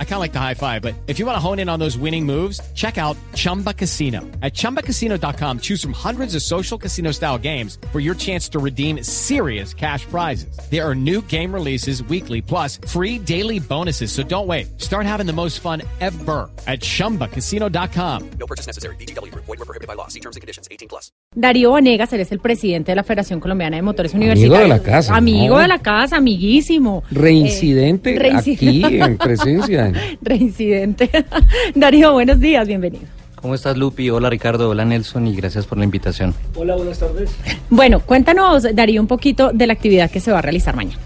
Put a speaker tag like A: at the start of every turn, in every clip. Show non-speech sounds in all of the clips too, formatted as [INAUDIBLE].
A: I kind of like the high five, but if you want to hone in on those winning moves, check out Chumba Casino. At chumbacasino.com, choose from hundreds of social casino style games for your chance to redeem serious cash prizes. There are new game releases weekly, plus free daily bonuses. So don't wait. Start having the most fun ever at chumbacasino.com.
B: No purchase necessary. BGW. Void were prohibited by law. See terms and conditions. 18 plus.
C: Darío Vanegas, él es el presidente de la Federación Colombiana de Motores
D: Amigo
C: Universitarios.
D: de la casa,
C: Amigo
D: ¿no?
C: de la casa, amiguísimo.
D: Reincidente
C: Eh, reinci-
D: aquí en presencia.
C: [LAUGHS] Reincidente. Darío, buenos días, bienvenido.
E: ¿Cómo estás, Lupi? Hola, Ricardo. Hola, Nelson. Y gracias por la invitación.
C: Bueno, cuéntanos, Darío, un poquito de la actividad que se va a realizar mañana.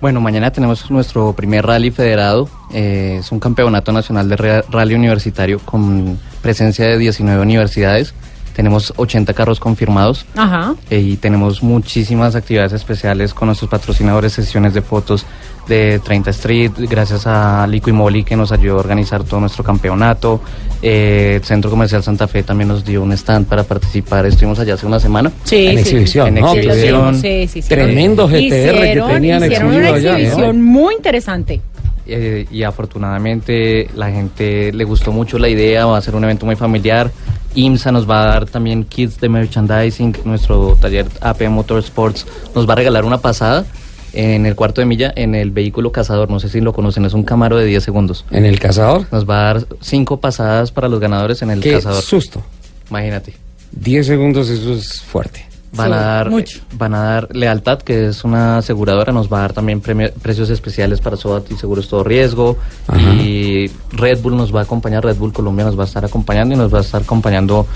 E: Bueno, mañana tenemos nuestro primer rally federado. Eh, es un campeonato nacional de re- rally universitario con presencia de 19 universidades. Tenemos 80 carros confirmados.
C: Ajá.
E: Eh, y tenemos muchísimas actividades especiales con nuestros patrocinadores, sesiones de fotos de 30 Street, gracias a Lico y Moli que nos ayudó a organizar todo nuestro campeonato. Eh, el Centro Comercial Santa Fe también nos dio un stand para participar. Estuvimos allá hace una semana.
C: Sí,
D: En
C: sí.
D: exhibición,
E: En
D: ¿no?
C: Sí, lo
D: Que-
E: exhibición.
C: vimos, sí, sí, sí.
D: Tremendo GTR que
C: Hicieron-
D: tenían
C: hicieron una
D: exhibido allá, ¿no?
C: exhibición muy interesante.
E: Eh, y afortunadamente la gente le gustó mucho la idea, va a ser un evento muy familiar. IMSA nos va a dar también kits de merchandising, nuestro taller AP Motorsports nos va a regalar una pasada en el cuarto de milla en el vehículo cazador, no sé si lo conocen, es un camaro de 10 segundos.
D: En el cazador.
E: Nos va a dar cinco pasadas para los ganadores en el
D: Qué
E: cazador.
D: susto.
E: Imagínate.
D: 10 segundos, eso es fuerte.
E: Van a,
C: Sí,
E: dar, eh,
C: mucho.
E: van a dar Lealtad, que es una aseguradora, nos va a dar también premio- precios especiales para SOAT y seguros todo riesgo.
D: Ajá.
E: Y Red Bull nos va a acompañar, Red Bull Colombia nos va a estar acompañando y nos va a estar acompañando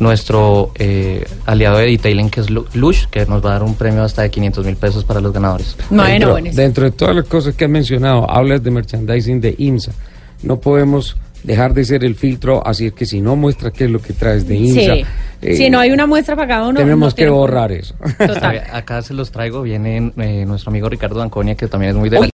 E: nuestro eh, aliado de detailing, que es Lu- Lush, que nos va a dar un premio hasta de 500 mil pesos para los ganadores.
C: Bueno,
D: dentro,
C: bueno.
D: dentro de todas las cosas que has mencionado, hablas de merchandising de IMSA. No podemos dejar de ser el filtro, así es que si no muestra qué es lo que traes de IMSA.
C: Sí.
D: eh,
C: si no hay una muestra para cada uno,
D: tenemos
C: no
D: que
C: tiene-
D: borrar eso.
C: Total.
D: [LAUGHS]
E: Acá se los traigo, viene eh, nuestro amigo Ricardo Anconia, que también es muy de la